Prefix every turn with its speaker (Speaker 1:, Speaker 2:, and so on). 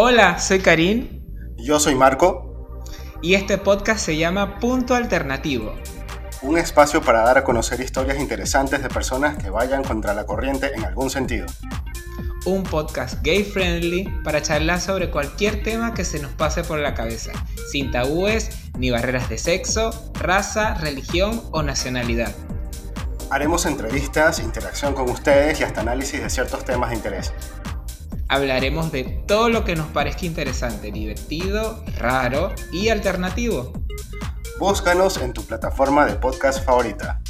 Speaker 1: Hola, soy Karim
Speaker 2: Yo soy Marco,
Speaker 1: y este podcast se llama Punto Alternativo.
Speaker 2: un espacio para dar a conocer historias interesantes de personas que vayan contra la corriente en algún sentido.
Speaker 1: Un podcast gay friendly para charlar sobre cualquier tema que se nos pase por la cabeza, sin tabúes ni barreras de sexo, raza, religión o nacionalidad.
Speaker 2: Haremos entrevistas, interacción con ustedes y hasta análisis de ciertos temas de interés.
Speaker 1: Hablaremos de todo lo que nos parezca interesante, divertido, raro y alternativo.
Speaker 2: Búscanos en tu plataforma de podcast favorita.